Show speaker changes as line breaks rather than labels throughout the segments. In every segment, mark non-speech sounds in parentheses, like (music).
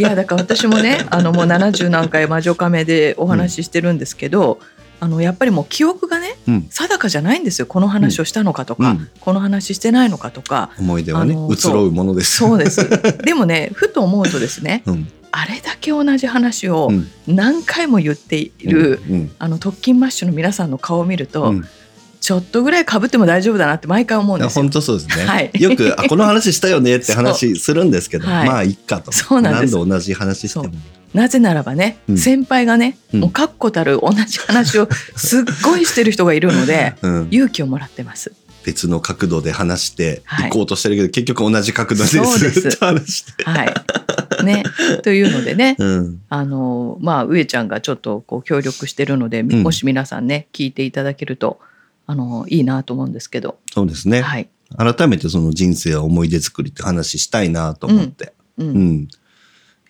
いやだから私もねあのもう70何回魔女カメでお話ししてるんですけど、あのやっぱりもう記憶がね
うん
定かじゃないんですよこの話をしたのかとか、
うん
この話してないのかとか
思い出はね
あの、
移ろうものです。
そうですでもねふと思うとですね
うん。
あれだけ同じ話を
うん
何回も言ってい
うん。
る、
うん
あの特勤マッシュの皆さんの顔を見ると、
うん
ちょっとぐらい被っても大丈夫だなって毎回思うんですよ
本。当そうですね、
はい
よくあ「この話したよね」って話するんですけど、
そうはい
まあいっかと
そうなんです
何度同じ話しても
なぜならばね、
うん
先輩がね、
うん
もう確固たる同じ話をすっごいしてる人がいるので
うん、
勇気をもらってます。
別の角度で話して
はい
行こうとしてるけど、結局同じ角度で
そうです
ずっと話して。
はい、
(laughs)
ね、というのでね
うん、
あの、まあ、上ちゃんがちょっとこう協力してるので、
ん
もし皆さんね聞いていただけるとあのいいなと思うんですけど、
そうですね、
はい
改めてその人生は思い出作りって話したいなと思って。
う
うんん。い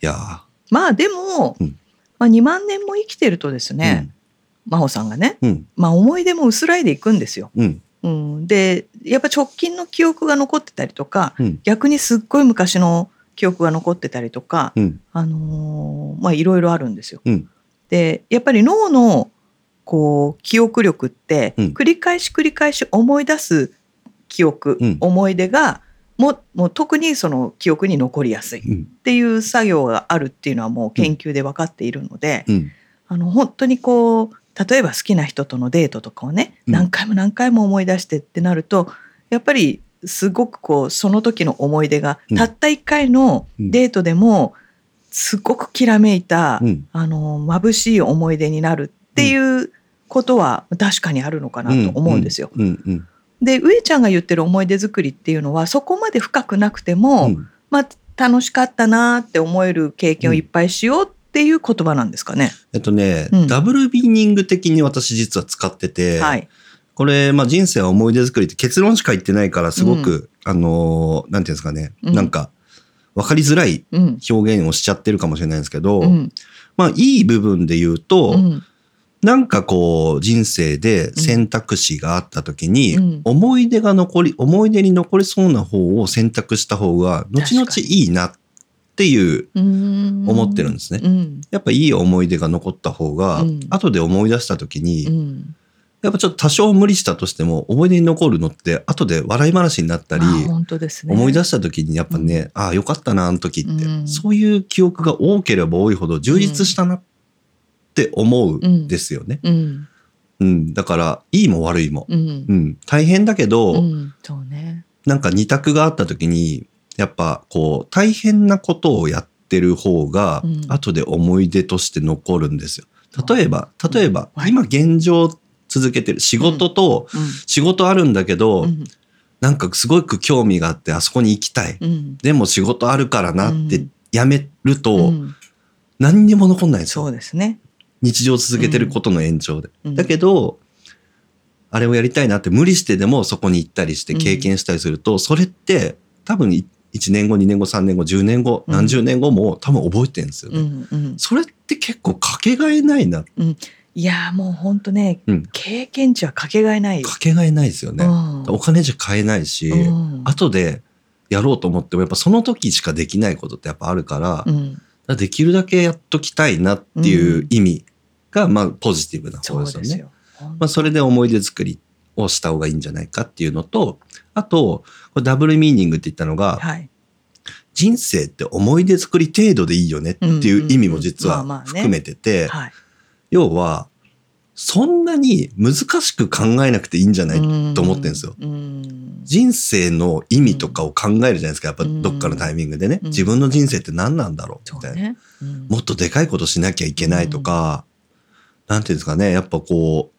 やー
まあでも、
うん
まあ、2万年も生きてるとですね、真帆さんがね、
うん
まあ、思い出も薄らいでいくんですよ。
うん
うん、でやっぱ直近の記憶が残ってたりとか
うん
逆にすっごい昔の記憶が残ってたりとか、
うん
あのーまあいろいろあるんですよ。
うん
でやっぱり脳のこう記憶力って
うん
繰り返し繰り返し思い出す記憶、
うん
思い出がももう特にその記憶に残りやすいっ
うん
ていう作業があるっていうのはもう研究で分かっているので、
うん
あの本当にこう例えば好きな人とのデートとかをね、
うん
何回も何回も思い出してってなるとやっぱりすごくこうその時の思い出が、
うん
たった一回のデートでもすごくきらめいた、
うん
あの眩しい思い出になるっていうことは確かにあるのかなと思うんですよ。
うんうん
で上ちゃんが言ってる思い出作りっていうのはそこまで深くなくても、
うん
まあ楽しかったなーって思える経験をいっぱいしようっていう言葉なんですかね。
えっとね、
うん
ダブルビーニング的に私実は使ってて、
はい
これ、まあ、人生は思い出作りって結論しか言ってないからすごく、あのーなんていうんですかね、
うん
なんか分かりづらい
うん
表現をしちゃってるかもしれないんですけど、
うん
まあいい部分で言うと、
うん
なんかこう人生で選択肢があった時に、
うん
思い出が残り思い出に残りそうな方を選択した方が後々
確かに
いいなっっていう
思
思ってるんですね。
うん
やっぱいい思い出が残った方が、
うん
後で思い出した時に、
うん、
やっぱちょっと多少無理したとしても思い出に残るのって後で笑い話になったり、
あ本当ですね
思い出
す
した時にやっぱね、ああよかったなあの時って、
うん
そういう記憶が多ければ多いほど充実したなって思うんですよね。
うん
うんだからいいも悪いも、
うん
うん大変だけ
う
ど、
んそうね
なんか二択があった時にやっぱこう大変なことをやってる方が
うん
後で思い出として残るんですよ。例えば
ん
例えば、
はい
今現状続けてる仕事と、仕事あるんだけど、
うん
なんかすごく興味があってあそこに行きたい、
うん
でも仕事あるからなっ
う
て
ん
やめると、
うん
何にも残んないんですよ
そうですね
日常続けてることの延長で、
うん
だけどあれをやりたいなって無理してでもそこに行ったりして
うん
経験したりすると、それって多分1年後2年後3年後10年後
うん
何十年後も多分覚えてるんですよね、
うんうん
それって結構かけがえないない
やーもう本当ね、
うん
経験値はかけがえないよ
かけがえないですよね、
うん
お金じゃ買えないし、
うん
後でやろうと思ってもやっぱその時しかできないことってやっぱあるから,、
うん
できるだけやっときたいなっていう意味が、まあポジティブな
そ
方
う
で
です
よ
す
ね。
よ。
まあ、それで思い出作りをした方がいいんじゃないかっていうのとあとこれダブルミーニングって言ったのが、
はい、
人生って思い出作り程度でいいよねっていう意味も実
うんうんうんまあ
は
まあね
含めてて、
はい、
要はそんなに難しく考えなくていいんじゃない、と思ってんですよ
うん
人生の意味とかを考えるじゃないですかやっぱ
うん
どっかのタイミングでね、
うん
自分の人生って何なんだろう
そ
みたいうな、
ね。うん
もっとでかいことしなきゃいけないとか、なんていうんですかね、やっぱこう、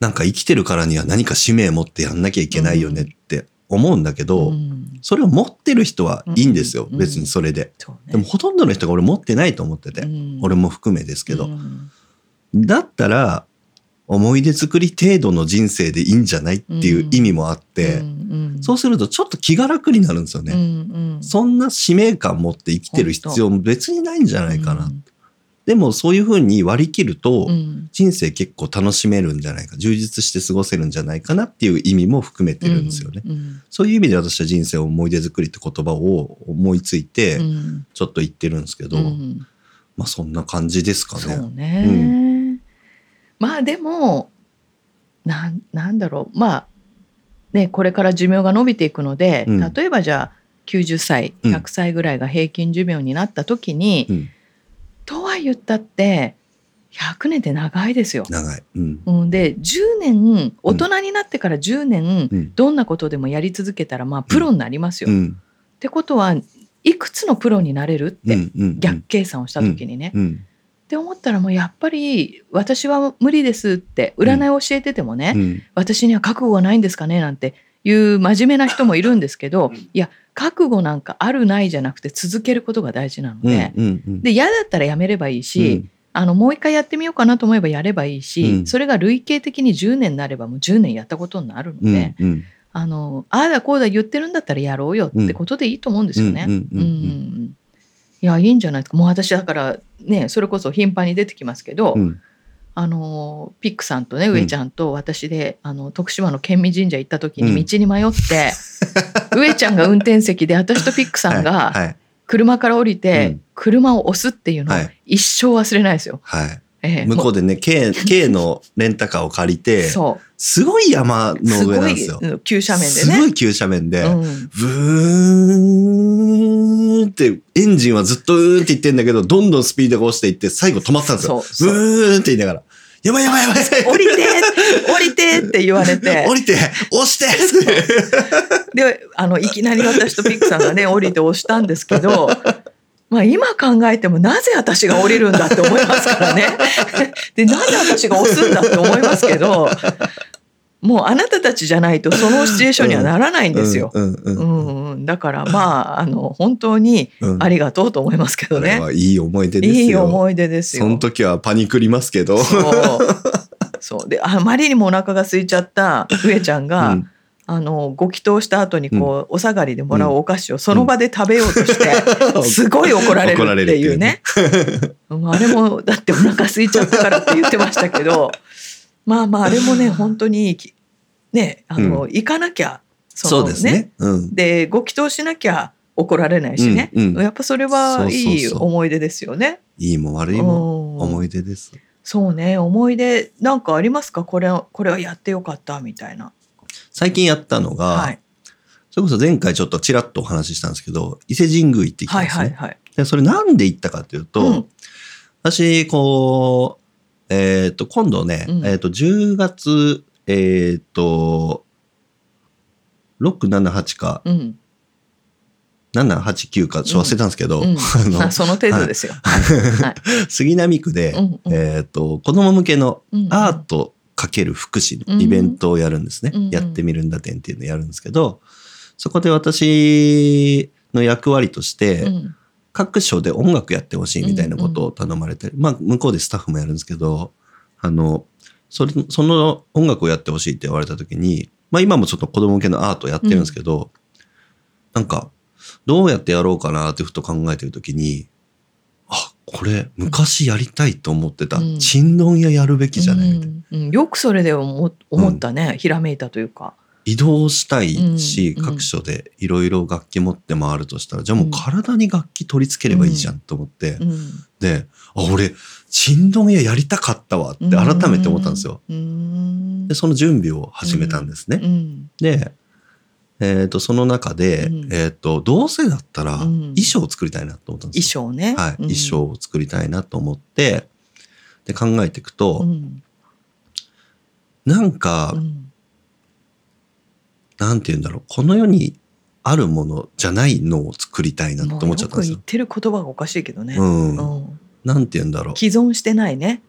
なんか生きてるからには何か使命持ってやんなきゃいけないよねって思うんだけど、
うん
それを持ってる人はいいんですよ、
うん
別にそれで。
そうね。
でもほとんどの人が俺持ってないと思ってて、
うん
俺も含めですけ
う
ど。
ん
だったら、思い出作り程度の人生でいいんじゃないっていう意味もあって
う、んうん
そうするとちょっと気が楽になるんですよ
う
ね。
んうん
そんな使命感持って生きてる必要も別にないんじゃないかな
うん
でもそういうふうに割り切ると、
うん
人生結構楽しめるんじゃないか充実して過ごせるんじゃないかなっていう意味も含めてるんですよね。
うん
そういう意味で私は人生を思い出作りって言葉を思いついて
うん
ちょっと言ってるんですけど、
うん
まあそんな感じですか
そ
ね。
うね。まあでもなんなんだろうまあねこれから寿命が伸びていくので、
うん
例えばじゃあ90歳
うん
100歳ぐらいが平均寿命になった時に、
うん
とは言ったって100年って長いですよ。
長い。うん。
うん、で10年大人になってから10年、
うん
どんなことでもやり続けたらまあプロになりますよ。
う
っ
ん。
てことはいくつのプロになれるって、
うん。うん。
逆計算をした時にね。
うん。
って思ったらもうやっぱり私は無理ですって占いを教えててもね、
うん。
私には覚悟がないんですかねなんていう真面目な人もいるんですけど、いや覚悟なんかあるないじゃなくて続けることが大事なの
うん。
で、
うん。うん。
で嫌だったらやめればいいし、
うん
あのもう一回やってみようかなと思えばやればいいし、
うん
それが累計的に10年になればもう10年やったことになるので、
うん。うん。
あのああだこうだ言ってるんだったらやろうよってことでいいと思うんですよね。
うんうんうんう
う
ん
んいやいいんじゃないですかもう私だからねそれこそ頻繁に出てきますけど、
うん。
あのピックさんとね
ん
上ちゃんと私で、あの徳島の県民神社行った時
うん
に道に迷
(laughs)
って、上ちゃんが運転席で私とピックさん
はい
が
はい。
車から降りて、
うん
車を押すっていうのを
はい
一生忘れないですよ。
はい。
ええ
向こ
も
うでね、K、K のレンタカーを借り
う
て、
そ
すごい山
うす
の
ご
上なん
い
ですよ。
うん急斜面です
ご
ね。
い急斜面で、
うん
ブーンって、エンジンはずっとうーんって言ってんだけど、どんどんスピードが落ちていって、最後止まってたんですよ。
そうそう
ブーンって言いながら、やばいやばいやばい
降りて降りてって言われて
(laughs) 降りて押して
であのいきなり私とピックさんが
(laughs)
ね降りて押したんですけど。まあ今考えてもなぜ私が降りるんだって思いますから
(laughs)
ね。でなぜ私が押すんだって思いますけどもうあなたたちじゃないとそのシチュエーションにはならないんですよ。
うんうん
う
うん
んうんだからまああの本当に
うん
ありがとうと思いますけど
あれ
ね。
はいい思い出ですよ。
いい思い出ですよ。
その時はパニクりますけど。
そうそうであまりにもお腹が空いちゃった上ちゃんが、
うん
あのご祈祷した後にこう、お下がりでもらうお菓子をその場で食べようとして、 (laughs)
(laughs)
すごい怒られるっていうねあれもだってお腹空いちゃったからって言ってましたけど (laughs) まあまああれ
(laughs)
もね本当にきねあの、行かなきゃそ
そ
の
うですね。うん。
でご祈祷しなきゃ怒られないしね、
うんうん
やっぱそれ
そ
は
うそう
いい
そう
思い出ですよね。
いいも悪いも思
思
い出です。
そうね思い出なんかありますかこれこれはやってよかったみたいな。
最近やったのが、
はい、
それこそ前回ちょっとちらっとお話ししたんですけど、伊勢神宮行ってきた
はい
んですね。
はいはい。
でそれなんで行ったかというと、
うん
私、こう、えっ、と、今度ね、
うん
えっ、と、10月、えっ、と、6、7、8か、
うん
7、8、9か、ちょっと忘れたんですけど、
うん
(laughs) あの、
その程度ですよ。は
杉並区
い
で、
うんうん
えっ、と、子供向けの
うんうん
アート×福祉のイベントをやるんですね。
うん
やってみるんだ展っていうのをやるんですけど、そこで私の役割として、
うん
各所で音楽やってほしいみたいなことを頼まれて、まあ向こうでスタッフもやるんですけどあのそれその音楽をやってほしいって言われた時に、まあ、今もちょっと子供向けのアートやってるんですけど、なんかどうやってやろうかなってふと考えてる時にあこれ昔やりたいと思ってた
うん
珍丼屋やるべきじゃないみたいな、
うんうんよくそれで思思ったね、ひらめいたというか。
移動したいし、
うん
各所でいろいろ楽器持って回るとしたらじゃあもう体に楽器取り付ければいいじゃんと思って。
うん
で、あ、俺、チンドン屋やりたかったわって改めて思ったんですよ。。
うん
で、その準備を始めたんですね。
うん
で、えっ、と、その中で、
うん
えっ、と、どうせだったら
うん
衣装を作りたいなと思ったんで
衣
すよ。
装ね。
はい、
うん
衣装を作りたいなと思って、で、考えていくと、
うん
なんか、
うん
なんて言うんだろう、この世にあるものじゃないのを作りたいなと思っちゃった
も
ん
う
です
よ
よ
く言っ。てる言葉がおかしいけどね。
うん。
うん
なんて言うんだろう。
既存してないね。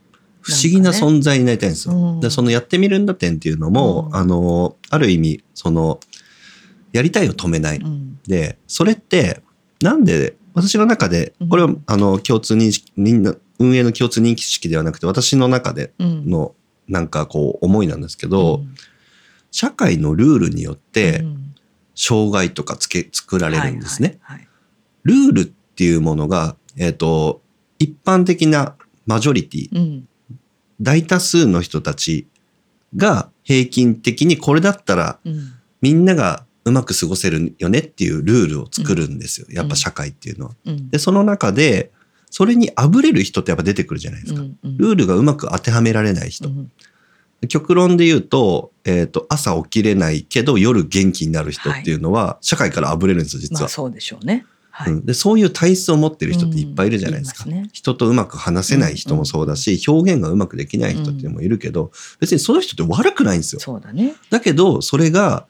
不思議な存在になりたいんですよ。
うん
でそのやってみるんだ点っていうの
う
も、
ん
あのある意味そのやりたいを止めない。
うん
でそれってなんで私の中でこれは、
うん
あの共通認識みんな運営の共通認識ではなくて私の中でのなんかこう思いなんですけど、社会のルールによって障害とかつけ作られるんですね。。
うんはい
ルールっていうものが、えっと一般的なマジョリティ
はいはいうん
大多数の人たちが平均的にこれだったら
うん
みんながうまく過ごせるよねっていうルールを作るんですよ。やっぱ社会っていうのは。
うん
で、その中で、それにあぶれる人ってやっぱ出てくるじゃないですか。
うん
ルールがうまく当てはめられない人。
うん
極論で言うと、えっ、と、朝起きれないけど夜元気になる人っていうのは、社会からあぶれるんですよ、実
ま
は
あ。そうでしょうね。はい
うんでそういう体質を持ってる人っていっぱいいるじゃないですか、
うんいますね
人とうまく話せない人もそうだし、表現がうまくできない人っていうのもいるけど、別にその人って悪くないんですよ
そうだね。
だけどそれが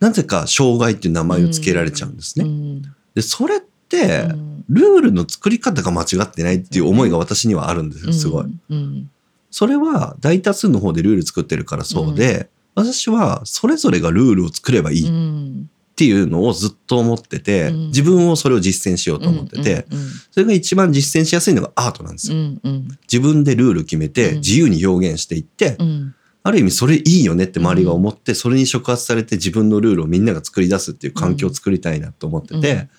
なぜか障害っていう名前を付けられちゃうんですね、
うん
でそれって
うん
ルールの作り方が間違ってないっていう思いが私にはあるんですよすごい、
うん
それは大多数の方でルール作ってるからそうで、私はそれぞれがルールを作ればいいっ
うん
ていうのをずっと思ってて、
うん
自分をそれを実践しようと思ってて、それが一番実践しやすいのがアートなんです
う
よ。
んうん
自分でルール決め
うん
て自由に表現していって、
うん
ある意味それいいよねって周りが思って、それに触発されて自分のルールをみんなが作り出すっていう環境を作りたいなと思ってて、
うん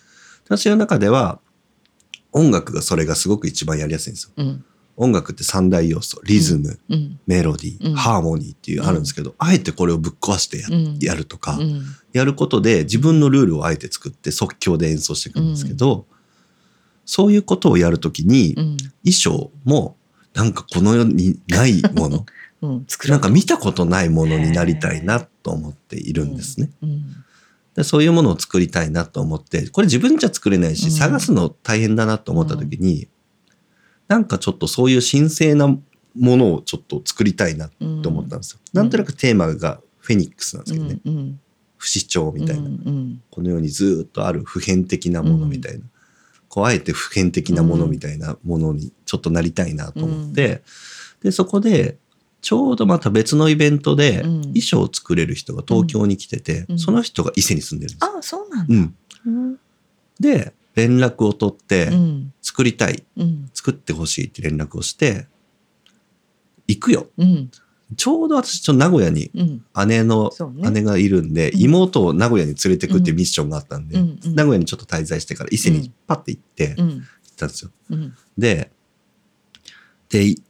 私の中では音楽がそれがすごく一番やりやすいんですよ。
うん
音楽って三大要素、リズム、
うん
メロディー、
うん
ハーモニーっていうあるんですけど、あえてこれをぶっ壊してや,、
うん
やるとか、
うん
やることで自分のルールをあえて作って即興で演奏していくんですけど、そういうことをやるときに、
うん
衣装もなんかこの世にないもの
うん作ろ
な
うん
か見たことないものになりたいなと思っているんですね。
うん
でそういうものを作りたいなと思ってこれ自分じゃ作れない
う
し、
ん
探すの大変だなと思った時に、なんかちょっとそういう神聖なものをちょっと作りたいな
うん
と思ったんですよ。
うん
なんとなくテーマがフェニックスなんですけどね、
うんうん
不死鳥みたいな、
うんうん
この世にずっとある普遍的なものみたいな、こうあえて普遍的なものみたいなものにちょっとなりたいなと思って、でそこでちょうどまた別のイベントで
うん
衣装を作れる人が東京に来てて、
うん
その人が伊勢に住んでるんですよ。
あそうなん
う
だ。
ん、
うん
で連絡を取って
うん
作りたい
うん
作ってほしいって連絡をして行くよ
うん
ちょうど私ちょっと名古屋に
うん
姉の
そうね
姉がいるんで、
うん
妹を名古屋に連れてくっていうミッションがあったんで、
うんうん
名古屋にちょっと滞在してから伊勢にパッて行って行
うん
ったんですよ。
うん
で、で、い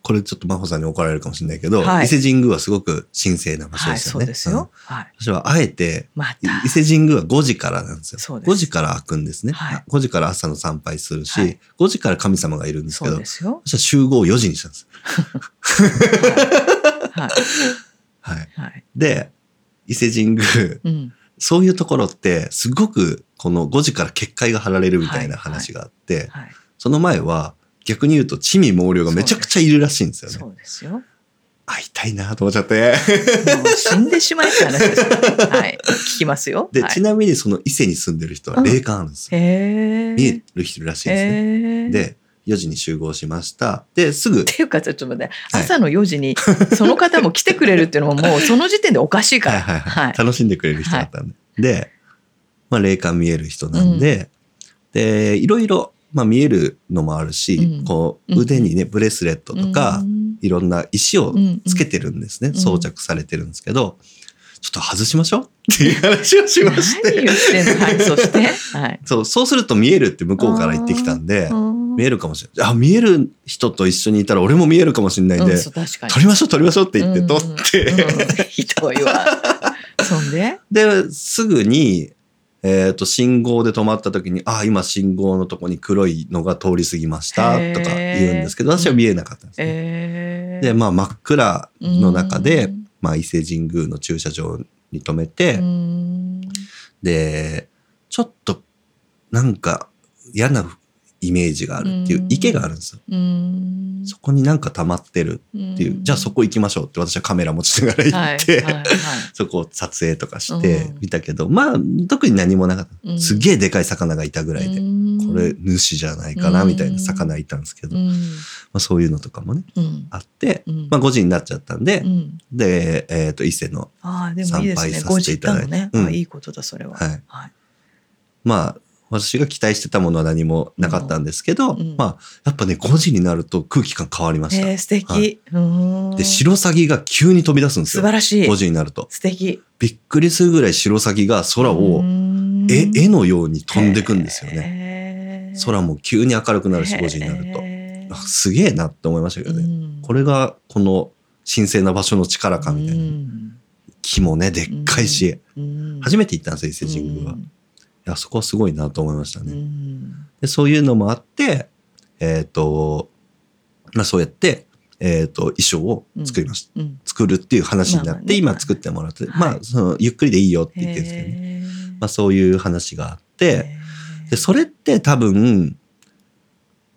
これちょっと真帆さんに怒られるかもしれないけど、
はい
伊勢神宮はすごく神聖な場
は
所で
い、
す
そ
よね。
うですよ。はい。
うん私はあえて、
ま
い
た。
伊勢神宮は5時からなんですよ。
そうです
5時から開くんですね、
はい
5時から朝の参拝するし、
はい
5時から神様がいるんですけ
そう
ど
で、すよ。
私は集合を4時にしたんです。
はい。
はい。
はい。
で、伊勢神宮、
うん。
そういうところって、すごくこの5時から結界が張られるみたいな
はい
話があって、
はい。
その前は逆に言うと、地味猛量がめちゃくちゃいるらしいんですよね。
そうですよ。も
会いたいなと思っちゃ
(laughs)
って。
う死んでしまえって話ですよね。はい。聞きますよ。
で、
はい
ちなみにその伊勢に住んでる人は霊感あるんですよ。
へえ。
見える人いるらしいんですね。
へえ。
で、4時に集合しました。で、すぐ
っ、ていうかちょっと待って、
はい
朝の4時にその方も来てくれるっていうのももうその時点でおかしいか
はい
ら。
はい
は
はいい、楽しんでくれる人だったんで。で、まあ、霊感見える人なんで、で、いろいろ、まあ、見えるのもあるし、
うん
こ
うん
う、腕にね、ブレスレットとか、
うん
いろんな石をつけてるんですね。
ん
装着されてるんですけど、ちょっと外しましょうっていう話をしまし
何
て。
言ってんのはい、そして。
(laughs)
はい。
そう、そうすると見えるって向こうから言ってきたんで、見
え
えるかもしれない。あ、見える人と一緒にいたら俺も見えるかもしれないんで、
うん、そう確かに。
撮りましょう撮りましょうって言って撮って、
うんひどいわ。そん
(laughs)
で、
で、すぐに、えっ、と、信号で止まった時に、あ、今信号のとこに黒いのが通り過ぎました
へー
とか言うんですけど、私は見えなかったんです、ね
えー、
で、まあ真っ暗の中で、
うん
まあ伊勢神宮の駐車場に止めて、
うん
で、ちょっとなんか嫌なイメージがあるっていう池があるんですよ。
うん
そこになんか溜まってるっていう、じゃあそこ行きましょうって私はカメラ持ちながら行っ
は
て、
いはいはい
(laughs) そこを撮影とかして
うん
見たけど、まあ特に何もなかった、
うん
すげえでかい魚がいたぐらいで、
うん
これ主じゃないかなみたいな魚いたんですけど、
う
ま
ん
あ、そういうのとかもね
うん
あって、
うん
まあ5時になっちゃったんで、
うん
で、えっと伊勢の、
ああでもいいです
参拝
ね。
さ
ご
せて
時
いただい
間
て
ね、
うん
あいいことだそれは。
はい
はい。
まあ私が期待してたものは何もなかったんですけど、
うんうん
まあやっぱね5時になると空気感変わりました。
えー、素敵。
はいう
ーん
で白サギが急に飛び出すんです
素
よ
晴らし
5
い。
時になると。
素敵。
びっくりするぐらい白サギが空を絵絵
の
のように飛んでくんですよね。
ね
空も急に明るくなるし、
へー
5時になると。
へー
あすげえなって思いましたけどね。
うん
これが、この神聖な場所の力かみたいな。
うん
木もね、でっかいし、
うん
初めて行ったんですよ、伊勢神宮
う
は。い
ん
や、そこはすごいなと思いました
う
ね。
ん
でそういうのもあって、えっ、と、まあそうやって、えっ、と、衣装を作りました。
うん
作るっていう話に
まあ
なっ
まあね
て、今作ってもらって、
はい
まあ、その、ゆっくりでいいよって言ってるんですけどね。
へー
まあそういう話があって、
へー
で、それって多分、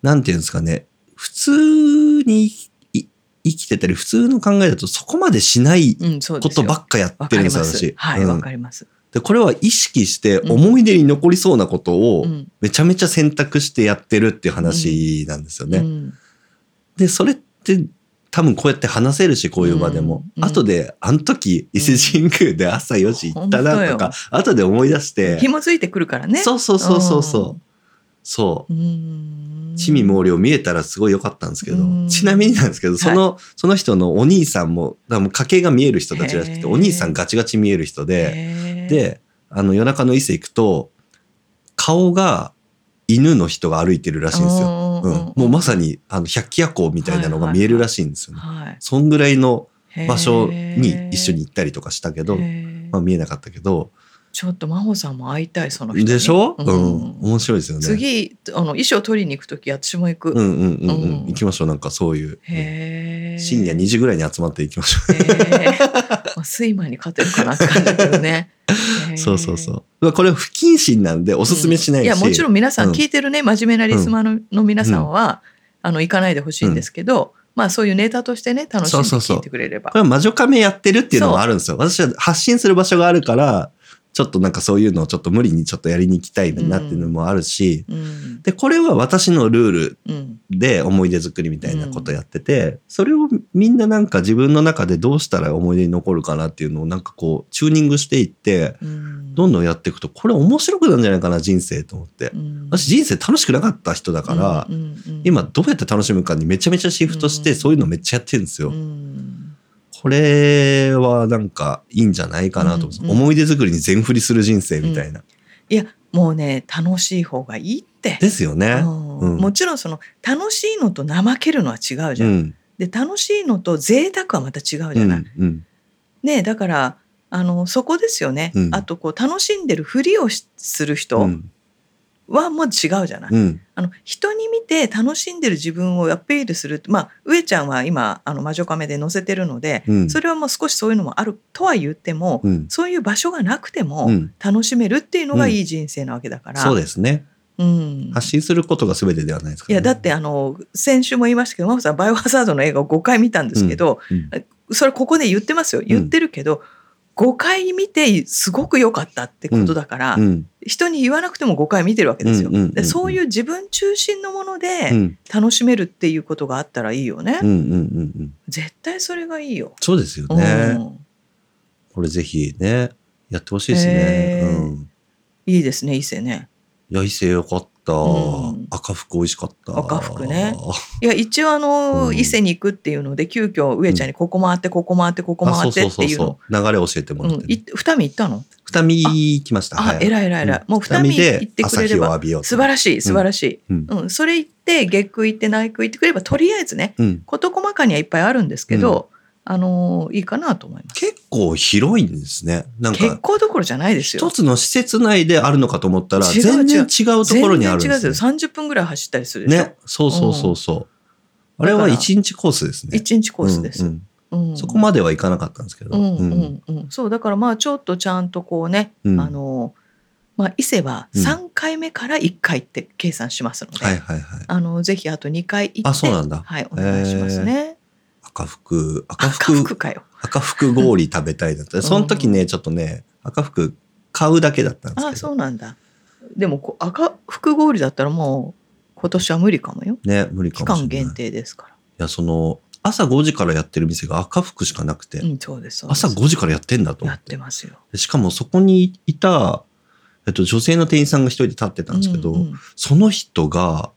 なんていうんですかね、普通にい生きてたり、普通の考えだとそこまでしない
うんそうで
こ
す
と
よ
ばっかやっ
わ
て
か
るん
りま
ですよ、
す
私。
はい、
うん
わかります。
で、これは意識して思い出に残りそうなことを
うん
めちゃめちゃ選択してやってるっていう話なんですよね。
うん
で、それって多分こうやって話せるし、こういう場でも。
うんうん
後で、あの時、伊勢神宮で朝4時行ったなと
本
か、後で思い出して、
紐づいてくるからね。
そうそうそうそうそう。そう。
うん。
地味毛量見えたらすごい良かったんですけど
うん、
ちなみになんですけど、その、その人のお兄さんも、だからもう家系が見える人たちらしく
へ
て、
ー
お兄さんガチガチ見える人で、
へー、
で、あの夜中の伊勢行くと、顔が犬の人が歩いてるらしいんですよ。
よ
うん。もうまさに、あの、百鬼夜行みたいなのが見えるらしいんですよね。
は
そんぐらいの
い、
場所に一緒に行ったりとかしたけ
け
ど、まあ見えなかったけど、
ちょっと真帆さんも会いたいその人に
でしょ
う
うんん。面白いですよね。
次あの衣装取りに行く時私も行く、
うんうんうんう
うん
ん。行きましょう。なんかそういう。
へえ
深夜2時ぐらいに集まっていきましょ
へーまあ、睡魔に勝てるかなって感じだけどねへ
う。
ー
そうそうそう。まあこれは不謹慎なんでおすすめしないし。
いやもちろん皆さん
うん
聞いてるね、真面目なリスナーの,、の皆さんは、あの行かないでほしいんですけど、まあそういうネタとしてね楽しんで
そうそうそう
聞いてくれれば
これは魔女亀やってるっていうのもあるんですよ。私は発信する場所があるから、ちょっとなんかそういうのをちょっと無理にちょっとやりに行きたいなっていうのもあるし、
うん
で、これは私のルール
うん
で思い出作りみたいなことやってて、それをみんななんか自分の中でどうしたら思い出に残るかなっていうのをなんかこうチューニングしていって、
うん
どんどんやっていくと、これ面白くなるんじゃないかな、人生と思って。
うん
私人生楽しくなかった人だから、
うんうんうん
今どうやって楽しむかにめちゃめちゃシフトし
うん
て、そういうのめっちゃやってるんですよ。
うん
これはなんかいいんじゃないかなと思う、
うんうん
思い出作りに全振りする人生みたいな。
いやもうね楽しい方がいいって、
ですよね。
うん
うん
もちろんその楽しいのと怠けるのは違うじ
う
ゃん、
ん。
で楽しいのと贅沢はまた違うじゃない。
うん
ねだからあのそこですよね、
うん
あとこう楽しんでるふりをしする
う
人
ん
はもう違うじゃない、
うん
あの人に見て楽しんでる自分をアピールするまあ上ちゃんは今あの魔女カメで載せてるので、
うん
それはもう少しそういうのもあるとは言っても、
うん
そういう場所がなくても
うん
楽しめるっていうのがいい人生なわけだから、
そうですね
うん
発信することが全てではないです
い
から
や
ね
だってあの先週も言いましたけど真帆さんバイオハザードの映画を5回見たんですけど、
うん
それここで言ってますよ言ってるけど、5回見てすごく良かったってことだから、
うん
人に言わなくても5回見てるわけですよ。
うんうんうんうん
でそういう自分中心のもの
う
で
ん
楽しめるっていうことがあったらいいよね。
うんうんうんうん
絶対それがいいよ。
そうですよ
う
ね
ん
これぜひねやってほしいですね
へー
うん
いいですね、伊勢ね。
いや伊勢よかった
うん
赤服美味しかった
赤服ねいや、一応あの、
うん
伊勢に行くっていうので、急遽上ちゃんにここ回って、ここ回って、ここ
あ
回
そう
って
そう
っ
そ
て
う
いうの。
そう流れ教えても
う
らっ
ん
て、ね
い二見行ったの
二見来ました
あ、
はい
えらいえらいえらい。もう二
二
見
見で
行ってくれれ
朝日を
ば。
浴びようと
素晴らしい、素晴らしい。
うん
うん、それ行って、月空行って、内空行ってくれば、とりあえずね、
うん
事細かにはいっぱいあるんですけど、あのーいいかなと思います。
結構広いんですねなん
結
か
構どころじゃないですよ
一。つの施設内であるのかと思ったら
違う
全然違うところにあるん
全然違う
で
ですすよ。30分ぐらい走ったりする
ね
でしょ。
ねそうそうそうそうあれは一日コースですね
1日コースです。
う
うん
うんんそこまではいかなかったんですけど
うんう
うん
んうん、そうだからまあちょっとちゃんとこうね、
うん
あのまあ伊勢は
うん
3回目から1回って計算しますので、
はいはいはい
あのぜひあと2回行って
あそうなんだ
はいお願いしますね。
赤服赤
赤
服
服かよ。
赤服氷食べたいだったその時ねちょっとね赤服買うだけだったんです
あ
け
そ
ど
うなんだ。でもこう赤服氷だったらもう今年は無理かもよ。
ね無理
期
かもし
間
れな
限
い
定ですか
いや、その、朝5時からやってる店が赤服しかなくて、
ら。うんそうですそうです。
朝5時からやってんだと思
や
っ。
っててますよ。
しかもそこにいた、えっと、女性の店員さんが一人で立ってたんですけど、
うんうん
その人が、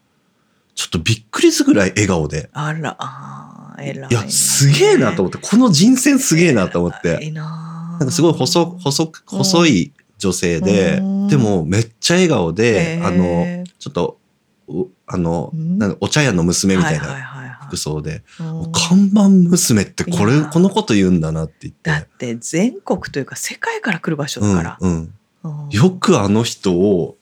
ちょっとびっくりするぐらい笑顔で、
あらあー偉いね。
いや、すげえなと思って、この人選すげえなと思っ
偉
て、
いな
なんかすごい細、細く、
うん
細い女性で
うん、
でもめっちゃ笑顔で
へ、ー
あの、ちょっと、おあの、
うん
なんかお茶屋の娘みたい
はいはい
な
はいはい
服装で、
うん
看板娘ってこ
い
れ、
や
このこと言うんだなって言って。
だって全国というか世界から来る場所だから、
うんうん、
うん
よくあの人を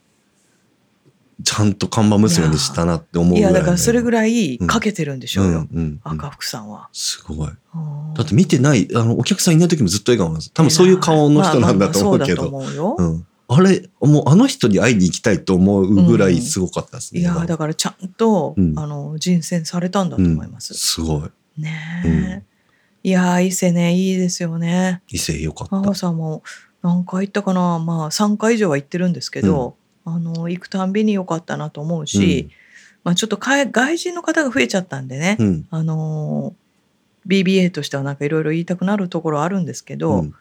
ちゃんと看板娘にしたなって思う
い
ぐら
や
い、
だからそれぐ
らい
らいかけてるんでしょうよ、
うんうんうん
赤福さんは、
すごい
うん
だって見てないあのお客さんいない時もずっと笑顔なんです多分そういう顔の人なんだと思うけど、
まあまあまあそうだと思うよ、
うん、あれもうあの人に会いに行きたいと思うぐらいすごかったですね、
いやだからちゃんと、
うん
あの人選されたんだと思います、
すごい
ねえ、
うん
いやー伊勢ねいいですよね
異性よかった、
真帆さんも何回行ったかなまあ3回以上は行ってるんですけど、あの行くたんびに良かったなと思うし、まあ、ちょっとかえ外人の方が増えちゃったんでね、
うんうん
あのー BBA としてはなんかいろいろ言いたくなるところあるんですけど、
うん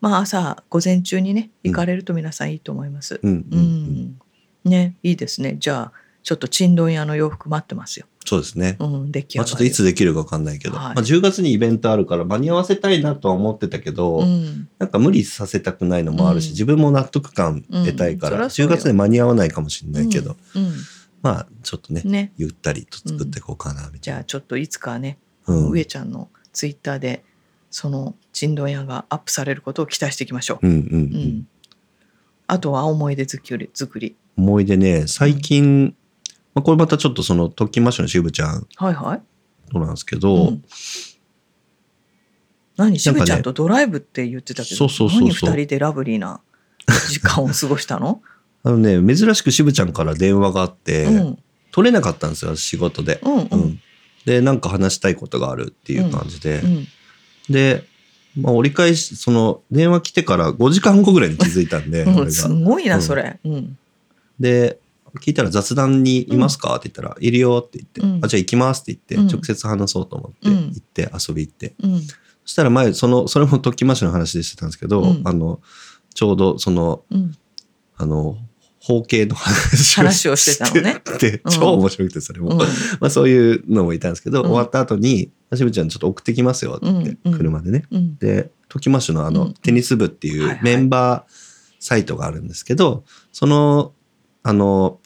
まあ朝午前中にね
うん
行かれると皆さんいいと思います。
うん
う、
うんん
ねいいですねじゃあちょっとちんどん屋の洋服待ってますよ。
そうですね、
うん出来上
ま
がり
あ、ちょっといつできるか分かんないけど、
はい
まあ、10月にイベントあるから間に合わせたいなとは思ってたけど、
うん
なんか無理させたくないのもある
う
し、
ん
自分も納得感得たいから、
うんそりゃそう
10
よ
月で間に合わないかもしれないけど、
うん
まあちょっとね、
うんね
ゆったりと作っていこうかなみ
じ
たい
ゃ
な
あ。ちょっといつかね、
うん
上ちゃんのツイッターでそのちんどん屋がアップされることを期待していきましょう。
うんうんうん
うんあとは思い出作り作り。
思い出ね最近、まあ、これまたちょっとその特勤マッシュのしぶちゃん
はいはい。
となんですけど、
うん何しぶちゃんとドライブって言ってたけど、
そうそうそうそう
何二人でラブリーな時間を過ごした
(laughs)
の、
あのね珍しくしぶちゃんから電話があって、
うん
取れなかったんですよ仕事で。
うんう
うんんでなんか話したいことがあるっていう感じで、
うん
で、まあ、折り返しその電話来てから5時間後ぐらいに気づいた
(laughs)
んで、
う
俺
ん、
が
すごいな、
うん
それ。うん。
で、聞いたら雑談にいますかって言ったら、いるよって言って、
うん
あ、じゃあ行きますって言っ
うん
て、直接話そうと思って、
うん
行って遊び行って。
うん。
そしたら前、その、それも時増しの話でしてたんですけど、
うん
あの、ちょうどその、
うん。
あの、包茎の話を
話をしてたのね
して
うん
超面白くて、それも。
うん。
まあそういうのもいたんですけど、
うん
終わった後に、しぶちゃんちょっと送ってきますよって言って、
うんうん
車でね。
うん。
で、トキマッシュのあの、
うん
テニス部って
はい
い
は
う
い
メンバーサイトがあるんですけど、その、あの、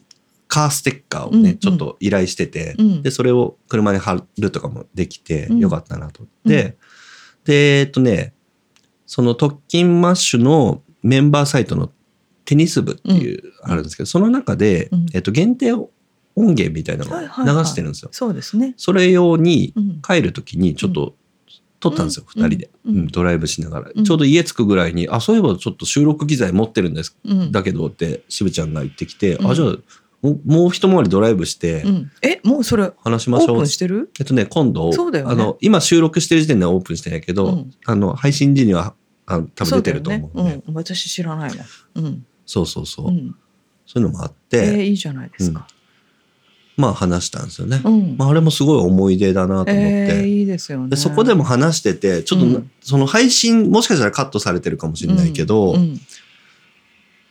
カーステッカーをね、
うん
ちょっと依頼してて、
うん
で、それを車に貼るとかもできて
う、ん
よかったなと思って、で、えっとね、その特勤マッシュのメンバーサイトのテニス部っていう、あるんですけど、その中で、
うん
えっと、限定音源みたいなのを
はいはいはい
流してるんですよ。
そうですね。
それ用に
うん。
帰るときにちょっと撮ったんですよ、
うん
二2人で、
うん
うんドライブしながら、
うん
ちょうど家着くぐらいに「あそういえばちょっと収録機材持ってるんです
うん。
だけど」って渋ちゃんが言ってきて「
うん
あじゃあももう一回りドライブして
うんえ、もうそれ、オ
話しまし
ー
ょう」
プンしてる
えっとね今度、
そうだよね
あの今収録してる時点ではオープンしてないけど、
うん
あの配信時にはあの多分出てると思う
そ
ん
だ
で
よねうん。私知らないもん。うん。
そうそうそう、
うん。
そういうのもあっ
え
て、
ーいいじゃないですか。
まあ話したんですよね、
うん。
まあ、あれもすごい思い出だなと思って、
えーいいですよね。
でそこでも話しててちょっとな、
うん
その配信もしかしたらカットされてるかもしれないけど、
うん、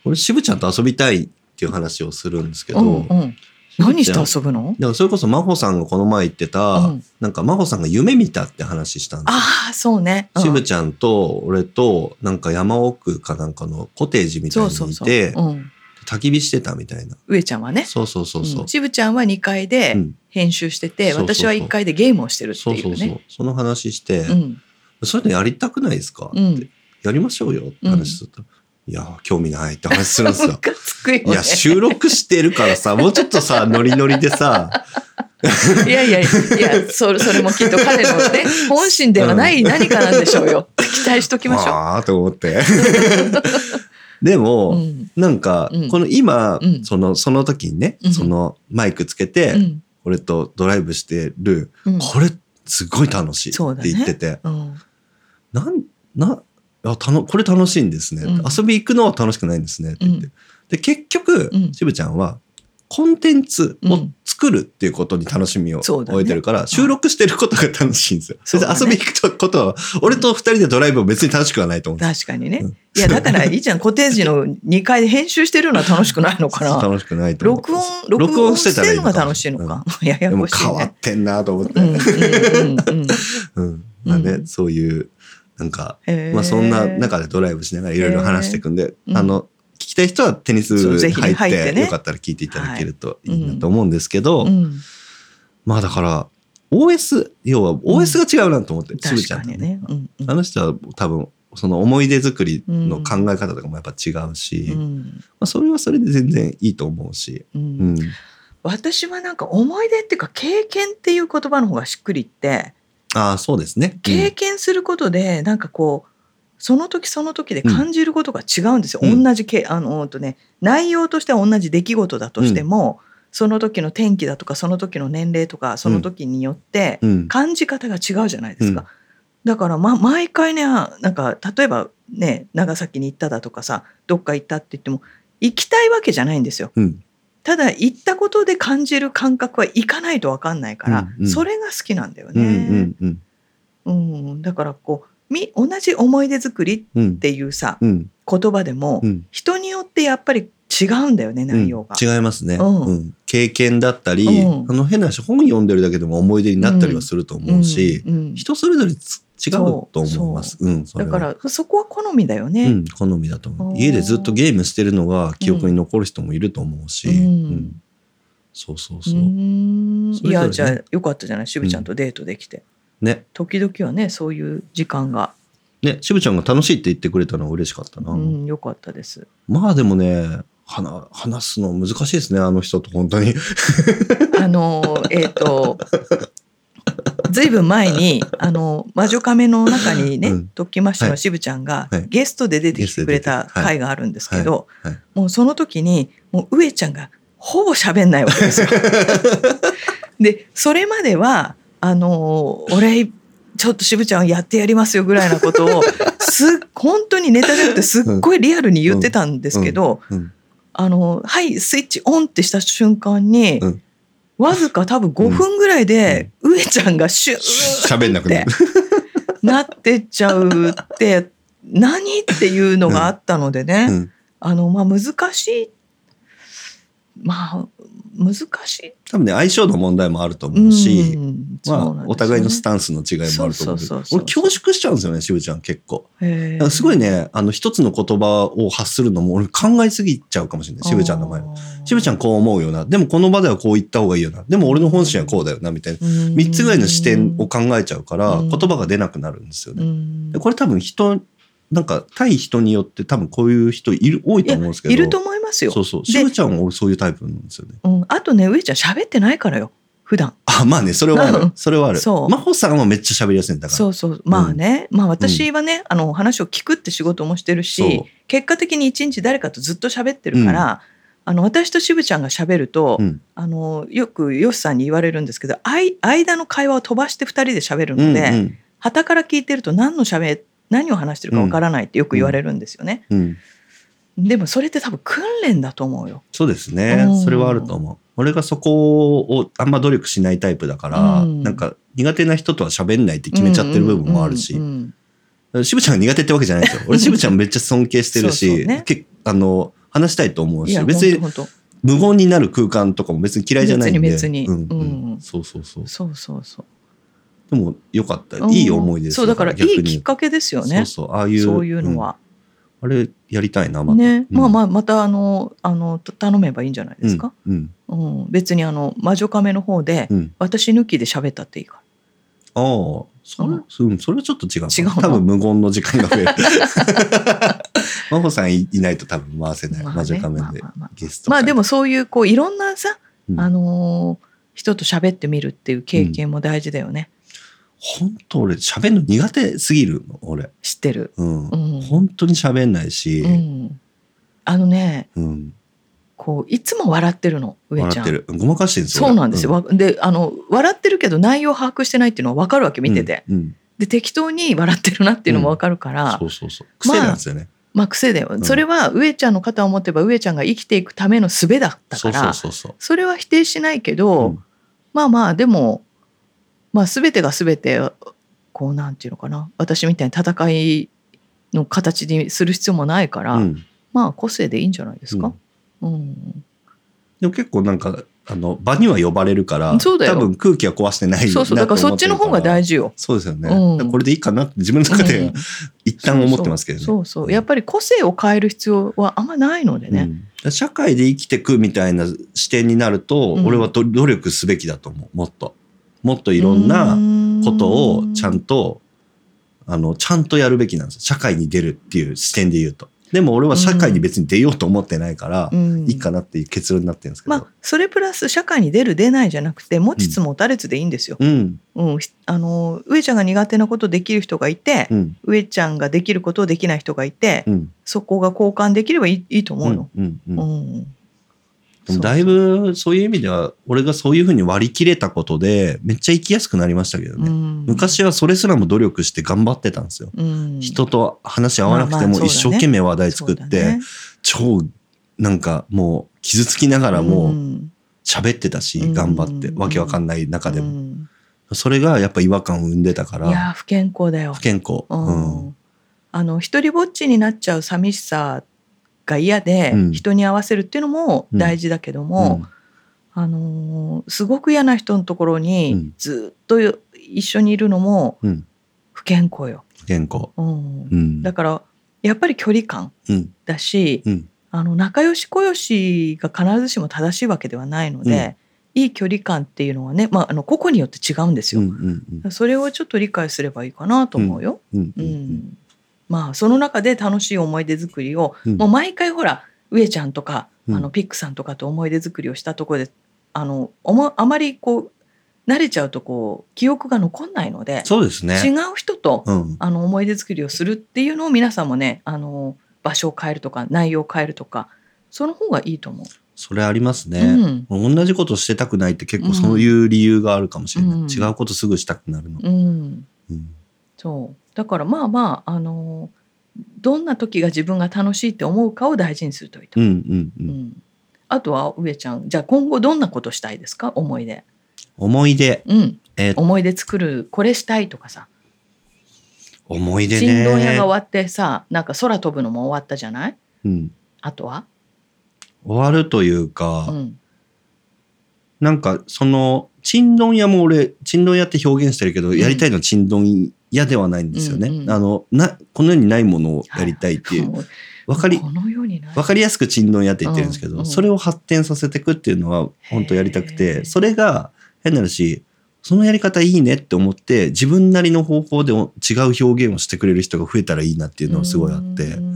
俺渋ちゃんと遊びたいっていう話をするんですけど、
うんうん、何して
ぶ
遊ぶの、
だからそれこそ真帆さんがこの前言ってた、
うん
なんか真帆さんが夢見たって話したんですよ。
ああそうね。うん
渋ちゃんと俺となんか山奥かなんかのコテージみたい
そ
に
う
いて
そうそう。うん、
焚き火してたみたいな。
上ちゃんはね。
そうそうそうそう。
んしぶちゃんは2階で
うん
編集してて、
そうそう
私
そう
は1階でゲームをしてるって
そう
い
そううそ
ね
う。その話して、
うん
そういうのやりたくないですか、
う
って
ん。
やりましょうよって話すると、いや興味ないって話するんです
(laughs)
よ
ム。カつくよ
い
ね
や、収録してるから
(laughs)
さ、もうちょっとさ、ノリノリでさ、
いやいやいやそれそれもきっと彼の
(laughs)
ね本心ではない何かなんでしょうよ、期待しときましょ
ああーと思って。
(laughs)
で
う。
も、
うん
なんか、
うん
この今、
うん
その、その時にね、
うん
そのマイクつけて、
うん
俺とドライブしてる、
うん
これ、すごい楽しい
そう
っ
だ
て
ね
言ってて、
うん
なん、な、あたのこれ楽しいんですね、
うん
遊び行くのは楽しくないんですねって言って。
う
で、結局、
うん
しぶちゃんは、コンテンツを作るっていうことに楽しみを
そう
覚
だね
えてるから、収録してることが楽しいんですよ。
そうだね
別に遊び行くことは、俺と二人でドライブは別に楽しくはないと思うんです
確かにね、
うん
いやだからいいじゃんコテージの2階で編集してるのは楽しくないのかな
楽しくないと思う
録音録音してるのが楽しいの。か、や
うん
や
でも
こしい
変わ
ね
ってんなと思って。
うんうんうんうん
うん。まあね、
うん
そういう、なんか、
へー
(laughs) まあそんな中でドライブしながらいろいろ話していくんで、
うん
あの、聞きたい人はテニス
そう
部
ぜ
入
ひね
っ
入って
て、
ね
よかったら聞いていただけると
い
いいなと思うんですけど、
うん
まあだから、OS、要は OS が違うなと思って、しぶ
確
ちゃ
か
んと
に
ね。
ね。うんうん
あの人は多分、その思い出作りの考え方とかもやっぱ違うし、
う
ま
ん
あそれはそれで全然いいと思うし、
う
うんん。
私はなんか思い出っていうか経験っていう言葉の方がしっくりって
ああ、そうですね。
経験することでなんかこうその時その時で感じることが違うんですよ。
うん
同じけあのうんとね内容としては同じ出来事だとしても、その時の天気だとかその時の年齢とかその時によって
うん。うん
感じ方が違うじゃないですか。
うん
だから、ま、毎回ねあなんか例えばね長崎に行っただとかさどっか行ったって言っても行きたいわけじゃないんですよ。
うん。
ただ行ったことで感じる感覚は行かないと分かんないから、
うんうん
それが好きなんだよ
うん。う
ね。
ん。うん。
うんだからこうみ同じ思い出作りっ
うん。
ていうさ
うん。
言葉でも、
うん。
人によってやっぱり違うんだよね内容が。
うん違いますね、
うん
うん経験だったり、
うん
あの変な話本読んでるだけでも思い出になったりはすると思うし、
うんうん
人それぞれつ違うと思います。うん、それ
だ
は
からそこは好みだよね。
うん、好みだと思
お
う。
ー
家でずっとゲームしてるのが記憶に残る人もいると思うし、
うん
そうそう
う
そう。
ーん
そ
い
れぞれね
やじゃあよかったじゃない渋ちゃんとデートできて、
ね、
時々はねそういう時間が、
ね、しぶちゃんが楽しいって言ってくれたのは嬉しかったな。
うん、よかったです
まあでもね、はな話すの難しいですね、あの人と本当に。
あのえっ、とずいぶん前にあの魔女カメの中にね、
うん
トッキマッシュ
は
の
い
渋ちゃんが
はい
ゲストで出てきてくれ
ゲ
た
ストで出ては
回
い
があるんですけど、
はいはい
もうその時にもう上ちゃんがほぼ喋んないわけ
(laughs)
ですよ。でそれまではあの俺ちょっと渋ちゃんやってやりますよぐらいなことをすっ本当にネタじゃなくてすっごいリアルに言ってたんですけど、
うん、
あの、はい、スイッチオンってした瞬間に、
うん
わずか多分5分ぐらいで、上ちゃんがシュ
(laughs)
ー
喋んなくなる。
ってなってっちゃうって、何っていうのがあったのでね、
うん
あの、まあ、難しい。まあ難しい
多分ね相性の問題もあると思うし、
ん
まあ、お互いのス
タ
タンスの違いもあると思うけ
そうそうそ
ど
うそう
俺恐縮しちゃうんですよねしぶちゃん結構だから
ン
すごいねあの一つの言葉を発するのも俺考えすぎちゃうかもしれないしぶちゃんの前はしぶちゃんこう思うよなでもこの場ではこう言った方がいいよなでも俺の本心はこうだよなみたいな3つぐらいの視点を考えちゃうから
うん
言葉が出なくなるんですよね
うん
でこれ多分人なんか対人によって多分こういう人いる多いと思うんですけど
いると思いますよ
そ。うそう
で
しぶちゃんは俺そういうタイプなんですよね
うん、あとね上ちゃん喋ってないからよ普段
あまあねそれはあ
う
る
ん
それはある
そう
真帆さんはめっちゃ喋りやすいんだから
そうそうまあね、まあ私はね、あの話を聞くって仕事もしてるし
そ
結果的に一日誰かとずっと喋ってるから、あの私としぶちゃんが喋ると、
うん
あのよくよしさんに言われるんですけどあい間の会話を飛ばして2人で喋るので、
うんうん
旗から聞いてると何の喋何を話してるかわからないってよく言われるんですよね、
うん、
でもそれって多分訓練だと思うよ。
そうですね
うん
それはあると思う俺がそこをあんま努力しないタイプだから、
うん
なんか苦手な人とは喋んないって決めちゃってる部分もあるし、
うんうんうん
しぶちゃんが苦手ってわけじゃないんですよ。俺しぶちゃんめっちゃ尊敬してる
(laughs)
し、
そうそうね
けあの話したいと思
う
うん
いや
し、別に
本当本
無言になる空間とかも別に嫌いじゃないんで、
別に別に
うん
うん
そうそうそう
当。そうそうそう
でも良かった、
うん
いい思い出です
そ
よ。
うだからい
逆
い
に
きっかけですよね。そ
そうそうああいうう
いうのは、
うんあれやりたいなまた。
ね、
うん
まあまあまたあのあのた頼めばいいんじゃないですか。
うんうん
うん、別にあの魔女カメの方で、
うん
私抜きで喋ったっていいか
ああそれ、
うん
うん、それはちょっと違うな。
違うの
多分無言の時間が増
(laughs)
える。 (laughs) 真帆さんいいないと多分回せ
ら。
ない。
まあね
魔女
ま
仮面
あ
で
まあまあ
ゲスト
ま
会。
あでもそういうこういろんなさ、
うん
あのー人と喋ってみるっていう経験も大事だよね。
本当俺喋るの苦手すぎるの俺。
知ってる。
うん
うん
本当に喋んないし
う、ん。あのね、
うん、
こういつも笑ってるの上ち
笑
ゃ
っ
ん。
てる。ごまかしてるんですよ。
そうなんですよ。
俺。
わであの笑ってるけど内容把握してないっていうのは分かるわけ
うん
見てて。。
うん
で適当に笑ってるなっていうのもわかるから、
そうそうそう。癖なんですよね。
まあ癖だよ、
ん
それは上ちゃんの肩を持てば上ちゃんが生きていくための術だった
そ
か
う
ら
そうそうそう。
それは否定しないけど、
うん
まあまあでも、まあ、全てが全てこうなんていうのかな私みたいに戦いの形にする必要もないから、
うん
まあ個性でいいんじゃないですか。うん
でも結構なんかあの場には呼ばれるから、
そうだよ
多分空気は壊してない。
そうそうだからそっちの方が大
事。
事よ。
そうですよね。
うん
だからこれでいいかなって自分の中
う
で
ん
一旦思ってますけどね。
そうそうやっぱり個性を変える必要はあんまないので
う
ね。
んだから社会で生きてくみたいな視点になると、
うん
俺はと努力すべきだと思う。もっともっといろんな。ことをちゃんと、あの、ちゃんとやるべきなんですよ。社会に出るっていう視点で言うと。でも俺は社会に別に出ようと思ってないから、
うん
いいかなっていう結論になってるんですけど。
まあ、それプラス社会に出る出ないじゃなくて持ちつ持たれつでいいんですよ。
うん、
うん、ひあの上ちゃんが苦手なことできる人がいて、
うん、
上ちゃんができることをできない人がいて、
うん。
そこが交換できればいいいいと思うよ。
うん、うん。
う
うん
ん
でもだいぶそういう意味では、俺がそういうふうに割り切れたことで、めっちゃ生きやすくなりましたけどね。
うん
昔はそれすらも努力して頑張ってたんですよ。
うん
人と話合わなくて
まあまあそう
も
だね
一生懸命話題
そ
作っ
う
て、
だね
超なんかもう傷つきながらも、
ん
喋ってたし
うん
頑張ってわけわかんない中で
う
も、
ん
それがやっぱ違和感を生んでたか
い
ら
や不健康だよ
不。健康うん
うんあの一人ぼっちになっちゃう寂しさが嫌で、
うん
人に合わせるっていうのも大事だけども、あのーすごく嫌な人のところ
う
に
ん
ずっとよ一緒にいるのも
うん
不健康よ。
不健康
うん
うん
だからやっぱり距離感
うん
だし、
うん
あの仲良しこよしが必ずしも正しいわけではないので、いい距離感っていうのはね、まあ、あの個々によって違うんです
うんう
よ。
ん
それをちょっと理解すればいいかなと思うよ。
うん
う
うんうんん
まあその中で楽しい思い出作りを、
うん
もう毎回ほら上ちゃんとか、
うん
あのピックさんとかと思い出作りをしたところであのおもあまりこう慣れちゃうとこう記憶が残んないので、
そうです
違
ね
う人と、
うん
あの思い出作りをするっていうのを皆さんもねあの場所を変えるとか内容を変えるとかその方がいいと思
それあります
う。
ね同じことしてたくないって結構そういう理由があるかもしれない
うん
違うことすぐしたくなるの
うん、うん
うん
そうだからまあまああのどんな時が自分が楽しいって思うかを大事にするといいと
う
思
んうんう
う。うんんあとは上ちゃんじゃあ今後どんなことしたいですか思い出、
思い出
うん、
えー
思い出作るこれしたいとかさ
思い出
新
ね
聞屋が終わってさなんか空飛ぶのも終わったじゃない
うん
あとは
終わるというか、
うん
なんかそのちんどん屋も俺ちんどん屋って表現してるけど、やりたいのはちんどん屋ではないんですよね、
うんうん
あのなこの世にないものをやりたいっていう、
(laughs) もう
わかり
このようにない
わかりやすくちんどん屋って言ってるんですけど、
うんうん
それを発展させていくっていうのは本当やりたく
へー
てそれが変な話そのやり方いいねって思って自分なりの方法でお違う表現をしてくれる人が増えたらいいなっていうのはすごいあって、
うん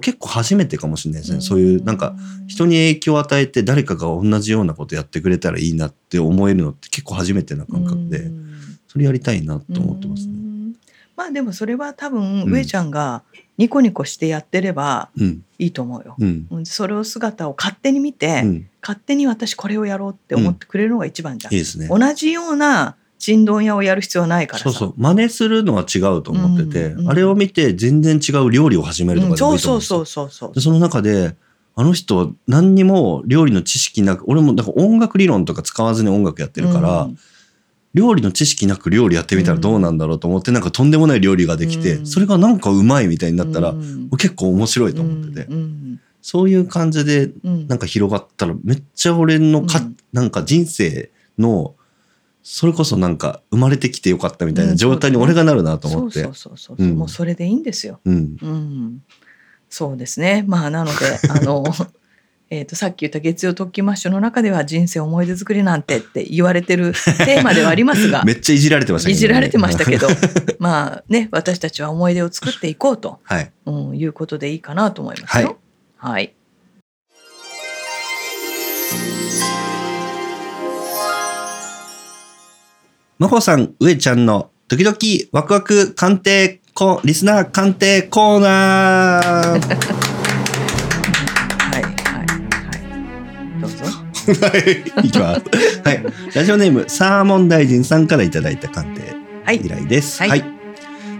結構初めてかもしれないですね、そういうなんか人に影響を与えて誰かが同じようなことやってくれたらいいなって思えるのって結構初めてな感覚で、
うん
それやりたいなと思ってます
う
ね。
んまあでもそれは多分
うん
上ちゃんがニコニコしてやってれば
うん、
いいと思うよ。
うん、
うんそれを姿を勝手に見て、
うん、
勝手に私これをやろうって思ってくれるのが一番じゃん。
いいですね。
同じような珍道屋をやる必要はないからさ。
そうそう、真似するのは違うと思ってて、
うんうん
あれを見て全然違う料理を始めると
うん
かで
そ
もいいうと思
そううん
ですよ
そうそうそう
で。その中で、あの人は何にも料理の知識なく、俺もなんか音楽理論とか使わずに音楽やってるから、
うん
料理の知識なく料理やってみたらどうなんだろうと思って、なんかとんでもない料理ができて、
うん
それがなんかうまいみたいになったら、
うん
結構面白いと思ってて、
うん
そういう感じで
うん
なんか広がったらめっちゃ俺のか、
うん
なんか人生のそれこそなんか生まれてきてよかったみたいな状態に
うん
俺がなるなと
そ
思
う
って、
そううそうそう、
うん
もうそれでいいんですよ。
ん
うん、そうですね。まあなの
(laughs)
であのえーとさっき言った月曜特勤マッシュの中では人生思い出作りなんてって言われてるテーマではありますが
(laughs) めっちゃいじられてました
いじられてましたけ
ど、
ど (laughs) まあね私たちは思い出を作っていこうと、
はい、
うん、いうことでいいかなと思いますよ。はい
まほさん上ちゃんの時々ワクワク鑑定コリスナー鑑定コーナ
(laughs)
ー
はいはいはい。どうぞ。
はいいきます、はい、ラジオネームサーモン大臣さんからいただいた鑑定
はい
依。頼です。
はい
はい。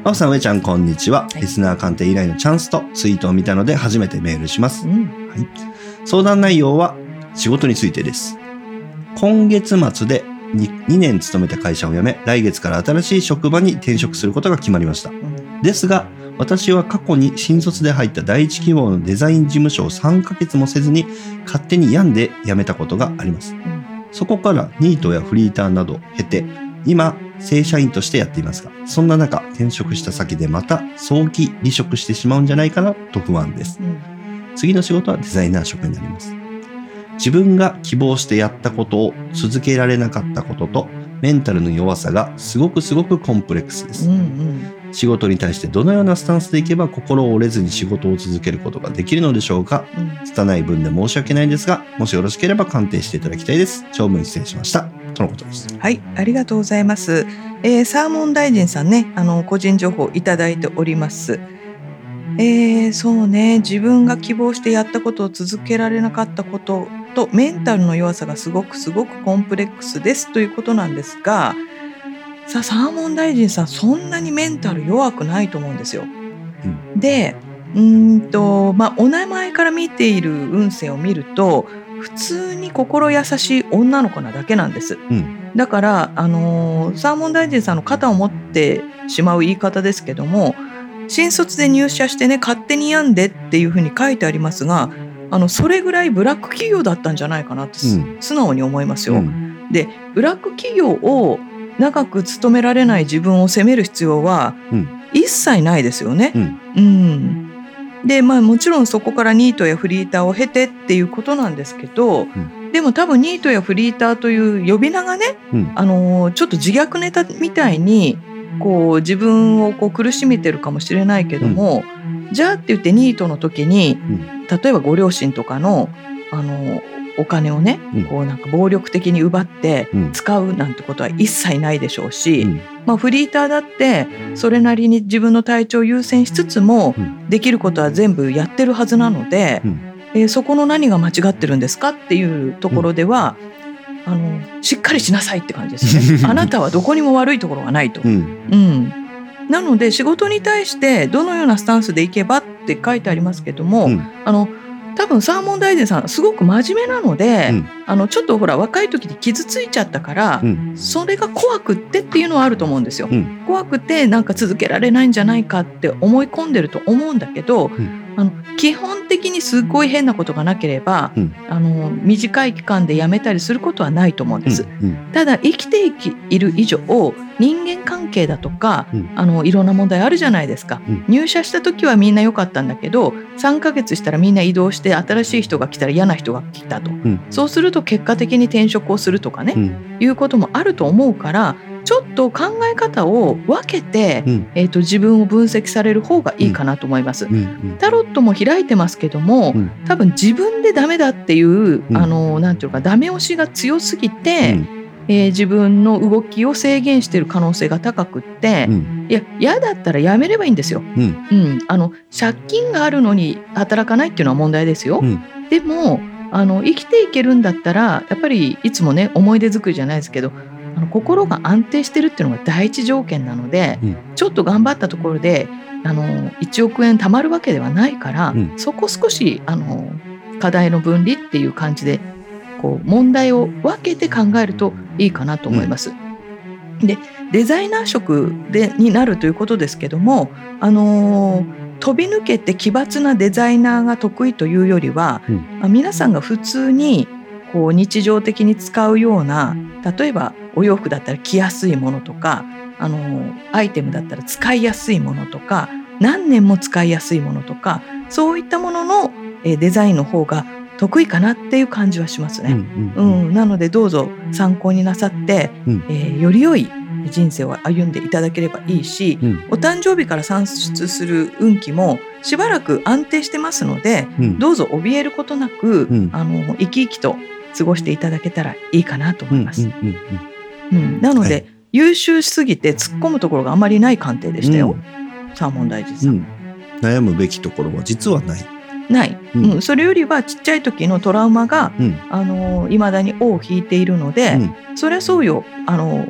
まほさん、上ちゃん、こんにちは。
い
リスナー鑑定依頼のチャンスとツイートを見たので初めてメールします
う。ん
相談内容は仕事についてです。今月末で 2, 2年勤めた会社を辞め、来月から新しい職場に転職することが決まりました。
うん
ですが、私は過去に新卒で入った第一希望のデザイン事務所を3ヶ月もせずに勝手に病んで辞めたことがあります。そこからニートやフリーターなど経て、今、正社員としてやっていますが、そんな中、転職した先でまた早期離職してしまうんじゃないかなと不安です。
うん
次の仕事はデザイナー職になります。自分が希望してやったことを続けられなかったことと、メンタルの弱さがすごくすごくコンプレックスです
う。ん
仕事に対してどのようなスタンスでいけば心を折れずに仕事を続けることができるのでしょうか
うん
拙い分で申し訳ないんですが、もしよろしければ鑑定していただきたいです。長文失礼しました。とのことです。
はい、ありがとうございます。えーサーモン大臣さんね、あの個人情報いただいております。えーそうね、自分が希望してやったことを続けられなかったこととメンタルの弱さがすごくすごくコンプレックスですということなんですが、さあサーモン大臣さんそんなにメンタル弱くないと思うんですよ。で、うーんとまあお名前から見ている運勢を見ると。普通に心優しい女の子なだけなんです。だから、あのーサーモン大臣さんの肩を持ってしまう言い方ですけども新卒で入社してね勝手に病んでっていうふうに書いてありますがあのそれぐらいブラック企業だったんじゃないかなってす、
うん
素直に思いますよ。
うん
でブラック企業を長く勤められない自分を責める必要は
うん
一切ないですよね。
うん
うんでまあもちろんそこからニートやフリーターを経てっていうことなんですけど、
ん
でも多分ニートやフリーターという呼び名がね、
うん
あのーちょっと自虐ネタみたいにこう自分をこう苦しめてるかもしれないけども、じゃあって言ってニートの時に、
ん
例えばご両親とかのあのーお金をね、
うん
こうなんか暴力的に奪って
うん
使うなんてことは一切ないでしょうし、
うん
まあ、フリーターだってそれなりに自分の体調を優先しつつも、
うん
できることは全部やってるはずなので、
うん
えーそこの何が間違ってるんですかっていうところでは、あのしっかりしなさいって感じです
(laughs)
ね。あなたはどこにも悪いところはないと。
うん
うんなので仕事に対してどのようなスタンスでいけばって書いてありますけども、
うん
あの多分サーモン大臣さんすごく真面目なので、
うん
あのちょっとほら若い時に傷ついちゃったから、
うん
それが怖くってっていうのはあると思うんですよ、
うん
怖くてなんか続けられないんじゃないかって思い込んでると思うんだけど、
ん
あの基本的にすっごい変なことがなければ、
うん
あの短い期間でやめたりすることはないと思うんです、
うん
ただ生きていきいる以上人間関係だとか、
うん
あのいろんな問題あるじゃないですか、
うん
入社した時はみんな良かったんだけど3ヶ月したらみんな移動して新しい人が来たら嫌な人が来たと、
ん
そうすると結果的に転職をするとかね、
うん
いうこともあると思うからちょっと考え方を分けて、
うん
えー、と自分を分析される方がいいかなと思います。
うんうん
タロットも開いてますけども、
うん
多分自分でダメだっていう、
うん
あのなんていうかダメ押しが強すぎて、
うん
えー自分の動きを制限している可能性が高くって、
うん
いや嫌だったらやめればいいんですよ、
うん
あの借金があるのに働かないっていうのは問題ですよ、
うん
でもあの生きていけるんだったらやっぱりいつもね思い出作りじゃないですけどあの心が安定してるっていうのが第一条件なので、
うん
ちょっと頑張ったところであの1億円貯まるわけではないから、
うん
そこ少しあの課題の分離っていう感じでこう問題を分けて考えるといいかなと思います。でデザイナー職でになるということですけども、あのー飛び抜けて奇抜なデザイナーが得意というよりは、
うん
あ皆さんが普通にこう日常的に使うような例えばお洋服だったら着やすいものとか、あのーアイテムだったら使いやすいものとか何年も使いやすいものとかそういったものの、えーデザインの方が得意かなっていう感じはしますね。
うん
う
うん
ん、なのでどうぞ参考になさって、
うん
えーより良い人生を歩んでいただければいいし、
うん
お誕生日から算出する運気もしばらく安定してますので
うん
どうぞ怯えることなく、
うん
あの生き生きと過ごしていただけたらいいかなと思います。
うんうんうんうん
うんなので、
はい
優秀しすぎて突っ込むところがあまりない鑑定でしたよ、サーモン大臣さ。
うんん悩むべきところは実はない。
ない、
う
うんんそれよりはちっちゃい時のトラウマが
うん
あの未だに尾を引いているので、
うん
そりゃそうよあの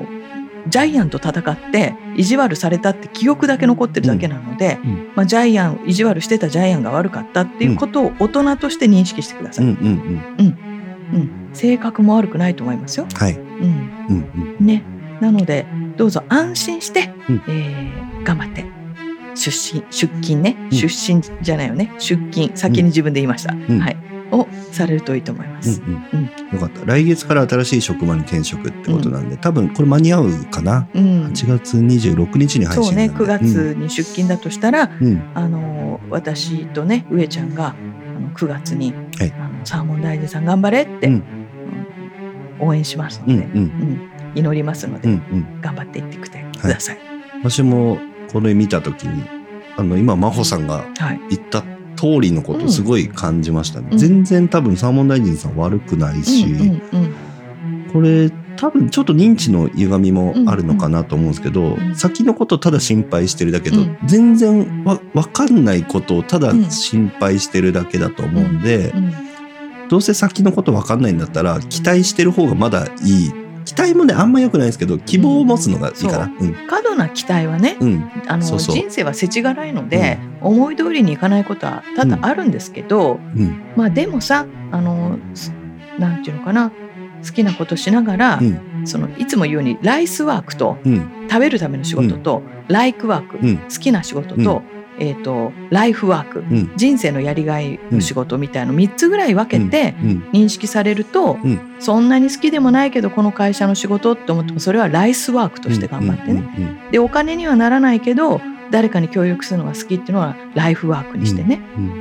ジャイアンと戦って意地悪されたって記憶だけ残ってるだけなので、
うんう
まあ、ジャイアン意地悪してたジャイアンが悪かったっていうことを大人として認識してくだ
う
さい、
んう
うん
んうん
性格も悪くないと思いますよ、
はい。
うん
うんうん
ね、なのでどうぞ安心して、
うん
えー頑張って出身出勤ね、
うん
出身じゃないよね出勤先に自分で言いました、
ん
はい、をされるといいと思いま
う
す。
ん
う
うん。よかった。来月から新しい職場に転職ってことなんで、多分これ間に合うかな。
うん
8月26日に配
そう
信なん
ね
で。
9月に出勤だとしたら、
うん。うん
あの私とね上ちゃんがあの9月に、
はい
あのサーモン大臣さん頑張れって、
うん
うん応援しますの
う
で、
んう
うん
ん
祈りますの
う
で、
んうん。
頑張っていってください。
私もこれ見たときに、あの今真帆さんが
はい、
言った通りのことすごい感じましたね。
うん
全然多分サーモン大臣さん悪くないし、
うんうんうん
これ多分ちょっと認知の歪みもあるのかなと思うんですけ
う
ど、
ん
先のことただ心配してるだけど、
うん
全然わ分かんないことをただ
うん
心配してるだけだと思うんで、
うん
どうせ先のこと分かんないんだったら期待してる方がまだいい期待もねあんま良くないですけど希望を持つのがいいかな。うん
過度な期待はね、
うん
あの
そうそう
人生は世知辛いので、思い通りにいかないことは多々あるんですけど、
うん
まあでもさあのすなんていうのかな好きなことしながら、
うん
そのいつも言うようにライスワークと
うん
食べるための仕事と、ライクワーク、
うん
好きな仕事と,、えー、とライフワーク、
ん
人生のやりがいの仕事みたいの3つぐらい分けて
うん
認識されると、
うん
そんなに好きでもないけどこの会社の仕事って思ってもそれはライスワークとして頑張ってね、
ね。
でお金にはならないけど誰かに協力するのが好きっていうのはライフワークにしてね、
うんうん
う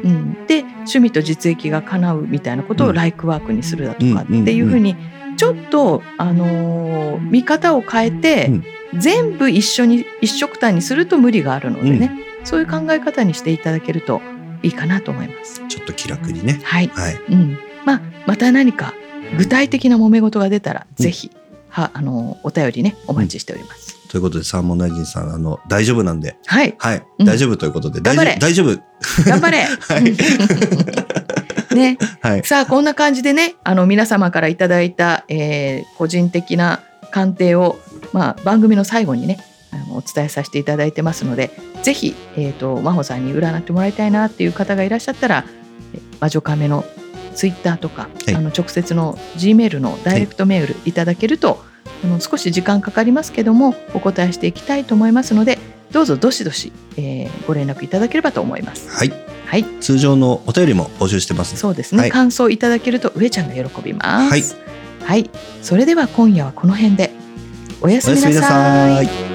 ん、で趣味と実益が叶うみたいなこと
う
を
ん
ライクワークにするだとかっ
うんうん
ていうふうにちょっと、あのー見方を変えて、全部一緒に一緒くたにすると無理があるのでね、そういう考え方にしていただけるといいかなと思います。
ちょっと気楽にね。
はい、
はい。
うんまあ、また何か具体的な揉め事が出たら、
うん
ぜひはあのーお便りねお待ちしております。
ということでサーモン大臣さんあの大丈夫なんで
はい
はい、
うん
大丈夫ということで大
頑張れ
丈夫大丈夫
頑張れ、ね
はい。
さあこんな感じでねあの皆様からいただいた、えー個人的な鑑定を、まあ、番組の最後にねあのお伝えさせていただいてますのでぜひ、えー、と真帆さんに占ってもらいたいなっていう方がいらっしゃったらえ「魔女カメのツイッターとか、
はい
あの直接の G メールのダイレクトメールいただけると、あの少し時間かかりますけどもお答えしていきたいと思いますのでどうぞどしどし、えーご連絡いただければと思います。
はい
はい、
通常のお便りも募集してます
そうですね、
はい
感想いただけると上ちゃんが喜びます。
はい
はい、それでは今夜はこの辺でおやすみなさい。
い